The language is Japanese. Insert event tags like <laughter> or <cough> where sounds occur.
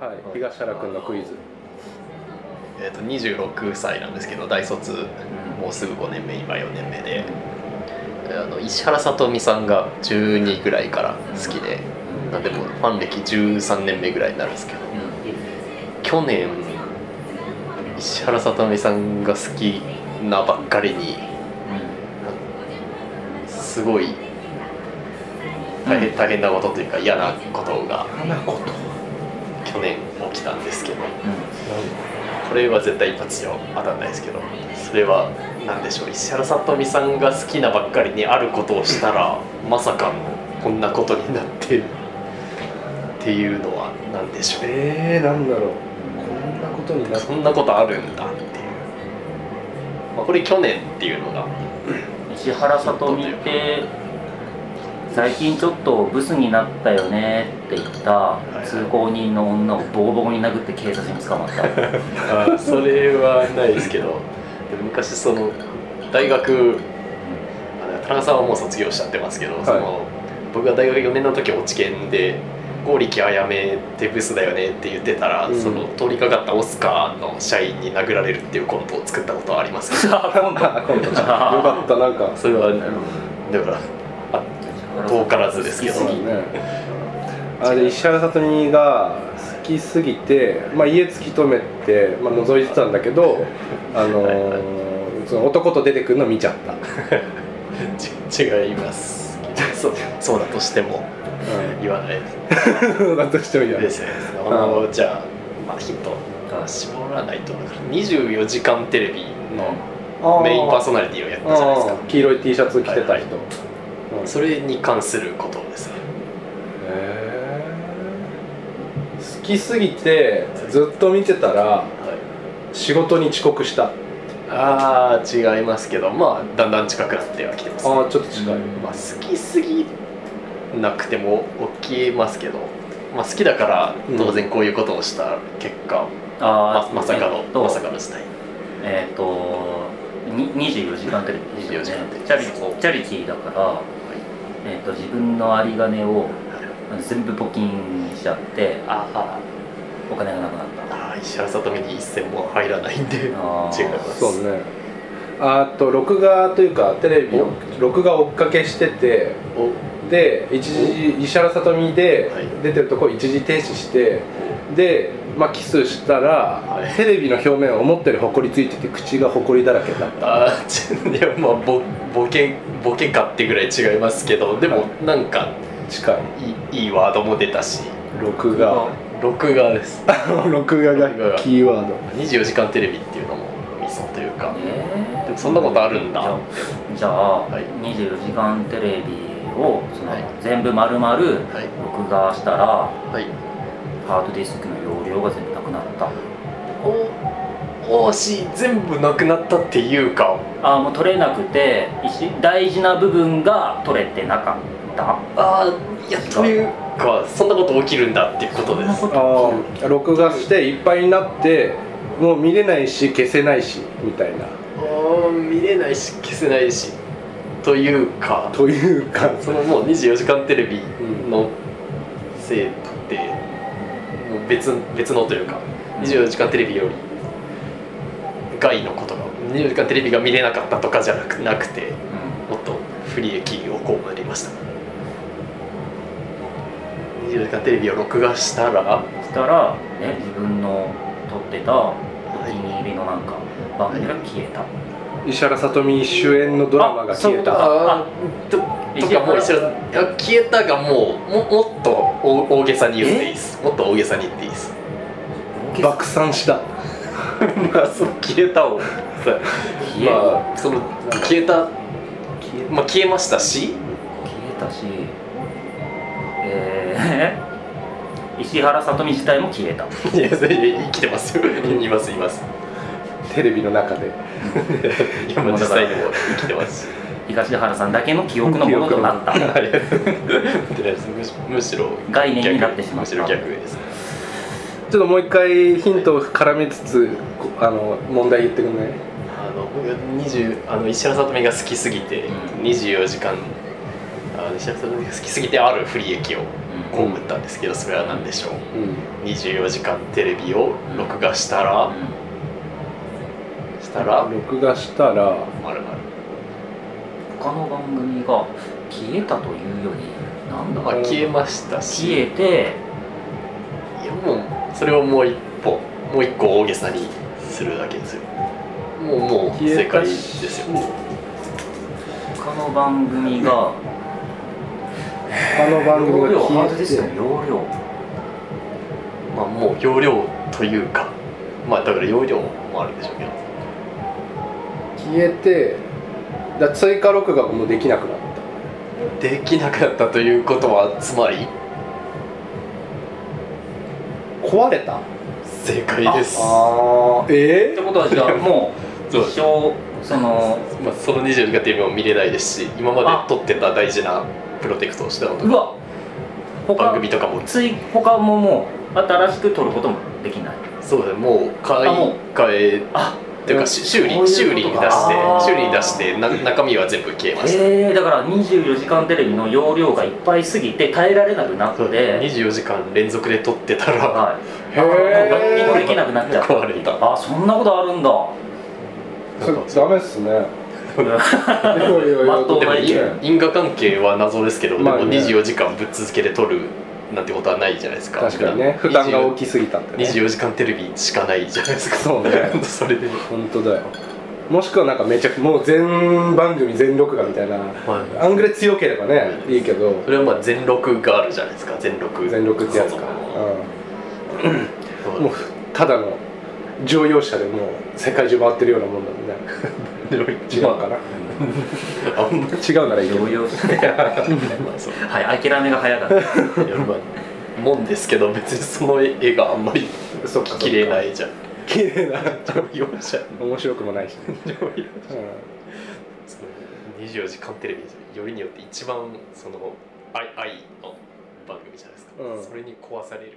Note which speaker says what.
Speaker 1: はい、東原君のクイズ
Speaker 2: えー、と26歳なんですけど大卒もうすぐ5年目今4年目であの石原さとみさんが12ぐらいから好きでなんでもうファン歴13年目ぐらいになるんですけど去年石原さとみさんが好きなばっかりにすごい大変大変なことというか嫌なことが
Speaker 3: なこと、
Speaker 2: 去年起きたんですけどこれは絶対一発よ当たんないですけどそれは何でしょう石原さとみさんが好きなばっかりにあることをしたらまさかのこんなことになってっていうのは何でしょう
Speaker 1: えー、なんだろうこんなことにな <laughs> って
Speaker 2: そんなことあるんだっていう、まあ、これ去年っていうのが
Speaker 4: 石原さとみって最近ちょっとブスになったよねって言った通行人の女をボコボコに殴って警察に捕まった
Speaker 2: <laughs> あそれはないですけどでも昔その大学あの田中さんはもう卒業しちゃってますけど、
Speaker 1: い
Speaker 2: その僕が大学4年の時落ち研で「剛力あやめってブスだよね」って言ってたら、
Speaker 1: うん
Speaker 2: その通りかかったオスカーの社員に殴られるっていうコントを作ったことはあります
Speaker 1: <laughs>
Speaker 2: けど
Speaker 1: あ今度よかったなんか
Speaker 2: それはだからあ遠からずですけど
Speaker 1: そうだねあれ石原さとみが好きすぎて、まあ、家突き止めて、まあ覗いてたんだけど、あのーその男と出てくるの見ちゃった、
Speaker 2: ち違い
Speaker 1: <laughs>
Speaker 2: ますそうそうだとしても言わない <laughs>
Speaker 1: うん、だとしてもいいや
Speaker 2: ですね。あのじゃあ、まあ、ヒントあ絞らないとだから24時間テレビのメインパーソナリティをやったじゃないです
Speaker 1: あー
Speaker 2: か
Speaker 1: 黄色い T シャツ着てた人、
Speaker 2: はいはい
Speaker 1: うん
Speaker 2: それに関することですね
Speaker 1: へー好きすぎてずっと見てたら仕事に遅刻した
Speaker 2: ああ違いますけどまあだんだん近くなってはきてます、
Speaker 1: ああちょっと近い、
Speaker 2: まあ、好きすぎなくても起きますけど、まあ、好きだから当然こういうことをした結果、
Speaker 4: あ
Speaker 2: ま
Speaker 4: ー
Speaker 2: まさかの、
Speaker 4: えっと
Speaker 2: まさかの事態
Speaker 4: えっとに24時間テレビ
Speaker 2: 24時間テレビ
Speaker 4: チャリチャリティーだから、えっと自分の有り金を全部募金しちゃって
Speaker 2: ああ
Speaker 4: お金がなくなった
Speaker 2: ああ石原さとみに一銭も入らないんで違い
Speaker 4: あ
Speaker 2: ま
Speaker 4: ー
Speaker 2: す
Speaker 1: そうねあと録画というかテレビを録画追っかけしてて
Speaker 2: お
Speaker 1: で一時石原さとみで
Speaker 2: はい
Speaker 1: 出てるとこ一時停止してで、まあ、キスしたら
Speaker 2: はい
Speaker 1: テレビの表面を思ったよりほこりついてて口がほこりだらけだった
Speaker 2: あーち <laughs> いやまあボボケボケかってぐらい違いますけどでもなんか
Speaker 1: 近い
Speaker 2: いいいいワードも出たし
Speaker 1: 録画
Speaker 2: 録画です <laughs>
Speaker 1: <laughs> 録画
Speaker 2: 録画
Speaker 1: が
Speaker 2: が
Speaker 1: キーワード
Speaker 2: 24時間テレビっていうのもミソというか
Speaker 4: え
Speaker 2: でもそんなことあるんだは
Speaker 4: ーじゃあ、
Speaker 2: はい
Speaker 4: 24時間テレビをその
Speaker 2: はい
Speaker 4: 全部丸々録
Speaker 2: い
Speaker 4: 画したら
Speaker 2: はい
Speaker 4: ハードディスクの容量が全部なくなった
Speaker 2: おおし全部なくなったっていうか
Speaker 4: あーもう取れなくて一大事な部分が取れてなかった
Speaker 2: ああいやというかそんなこと起きるんだっていうこと <laughs> です
Speaker 1: あー録画していっぱいになってもう見れないし消せないしみたいな
Speaker 2: おー見れないし消せないしというか
Speaker 1: というか
Speaker 2: そのもう24時間テレビのせいでもう別別のというか24時間テレビより外のことが24時間テレビが見れなかったとかじゃなくなくて
Speaker 4: うん
Speaker 2: もっと不利益を被りました24時間テレビを録画したら
Speaker 4: そしたら、ね、自分の撮ってたお気に入りのなんか番組が消えた、
Speaker 1: 石原さとみ主演のドラマが消え
Speaker 4: あそう
Speaker 1: た
Speaker 4: あ
Speaker 2: ととかもう一緒いや消えたがもうももっと大大げさに言っていいですもっと大げさに言っていいです
Speaker 1: 爆散した
Speaker 2: <laughs> まあ、その消えたをさ
Speaker 4: 消え
Speaker 2: まあ、その消えた、まあ、消えましたし
Speaker 4: 消えたしえー <laughs> 石原さとみ自体も消えた
Speaker 2: いやそれ生きてますよ <laughs> いますいます
Speaker 1: テレビの中で
Speaker 2: いやまあ実際にも生きてますし
Speaker 4: 東原さんだけの記憶のものとなった
Speaker 2: はい <laughs> むしむしろ
Speaker 4: 概念になってしまっ
Speaker 2: むし
Speaker 4: た
Speaker 2: ろ逆です
Speaker 1: ちょっともう一回ヒントを絡めつつこあの問題言ってくんない
Speaker 2: あの僕が20あの石原さとみが好きすぎて、
Speaker 4: うん
Speaker 2: 24時間あの石原さとみが好きすぎてある不利益を
Speaker 4: うん
Speaker 2: 被ったんですけどそれは何でしょう
Speaker 1: うん
Speaker 2: 24時間テレビを録画したらしたら
Speaker 1: 録画したら
Speaker 2: まるまる
Speaker 4: 他の番組が消えたというよりなんだ
Speaker 2: まあ消えましたし
Speaker 4: 消えて
Speaker 2: いやもうそれをもう一歩もう一個大げさにするだけですよもうもう
Speaker 1: 消
Speaker 2: 正
Speaker 1: え
Speaker 2: 解
Speaker 1: た
Speaker 2: で
Speaker 1: し
Speaker 2: すよ
Speaker 4: 他の番組が
Speaker 1: 他の番組
Speaker 4: 容量
Speaker 1: が
Speaker 4: ハード
Speaker 1: 消
Speaker 4: ディ
Speaker 1: え
Speaker 4: ス
Speaker 1: て
Speaker 4: クの容量
Speaker 2: まあもう容量というかまあだから容量もあるでしょうけど
Speaker 1: 消えてだから追加録画もできなくなっ
Speaker 2: できなかったということはつまり
Speaker 1: た壊れた
Speaker 2: 正解です
Speaker 1: あーえ
Speaker 4: っ
Speaker 1: え
Speaker 4: てことはじゃあも
Speaker 2: <laughs>
Speaker 4: う
Speaker 2: そう
Speaker 4: 一生その
Speaker 2: まあ、その24時間テレビも見れないですし今まで撮ってた大事なプロテクトをしてたのと
Speaker 4: う
Speaker 2: か
Speaker 4: わ
Speaker 2: 番
Speaker 4: 他
Speaker 2: 組とかも
Speaker 4: つい他ももう新しく撮ることもできない
Speaker 2: そうだねもう買い
Speaker 4: あもう
Speaker 2: 替え
Speaker 4: あ
Speaker 2: っていうかし修
Speaker 4: こ
Speaker 2: 理
Speaker 4: ういうこ
Speaker 2: 修理
Speaker 4: とか
Speaker 2: に出して
Speaker 4: あー
Speaker 2: 修理に出してな中身は全部消えました
Speaker 4: えー、だから24時間テレビの容量がいっぱいすぎて耐えられなくなっ
Speaker 2: そうだね
Speaker 4: て
Speaker 2: 24時間連続で撮ってたら
Speaker 4: はい
Speaker 1: へ
Speaker 4: もう楽器もでき
Speaker 1: え
Speaker 4: なくなっちゃった
Speaker 2: 壊れた
Speaker 4: あそんなことあ <laughs> るんだ
Speaker 1: ダメっすねいやいやいや
Speaker 4: まっとう
Speaker 2: でも
Speaker 4: な意
Speaker 2: 因
Speaker 4: 見
Speaker 2: 因果関係は謎ですけど、
Speaker 1: まあ
Speaker 2: でも
Speaker 1: ね
Speaker 2: 24時間ぶっ続けて撮るなんてことはないじゃないですか
Speaker 1: 確かにね負担が大きすぎたんだね
Speaker 2: 24時間テレビしかないじゃないですか
Speaker 1: そうね
Speaker 2: <laughs> それで、
Speaker 1: 本当だよもしくはなんかめちゃくもう全番組全録画みたいなアングレ強ければねいいけど
Speaker 2: それはまあ全録があるじゃないですか全録
Speaker 1: 全録ってやつか、
Speaker 2: そう
Speaker 1: うん、もうただの乗用車でもう世界中回ってるようなもんだもんね <laughs> 違うかな
Speaker 2: <laughs> あんまり
Speaker 1: 違うならいいけど
Speaker 4: 療養して
Speaker 2: まあそう
Speaker 4: はい諦めが早かった
Speaker 2: いやまあもんですけど別にその絵があんまり
Speaker 1: そっかそっか
Speaker 2: 綺麗ないじゃん
Speaker 1: 綺麗な
Speaker 2: <laughs> 乗用車
Speaker 1: 面白くも <laughs> ないし、ね
Speaker 2: 乗用車
Speaker 1: う
Speaker 2: その24時間テレビよりによって一番その愛愛の番組じゃないですか、
Speaker 1: うん <laughs>
Speaker 2: それに壊される
Speaker 1: ん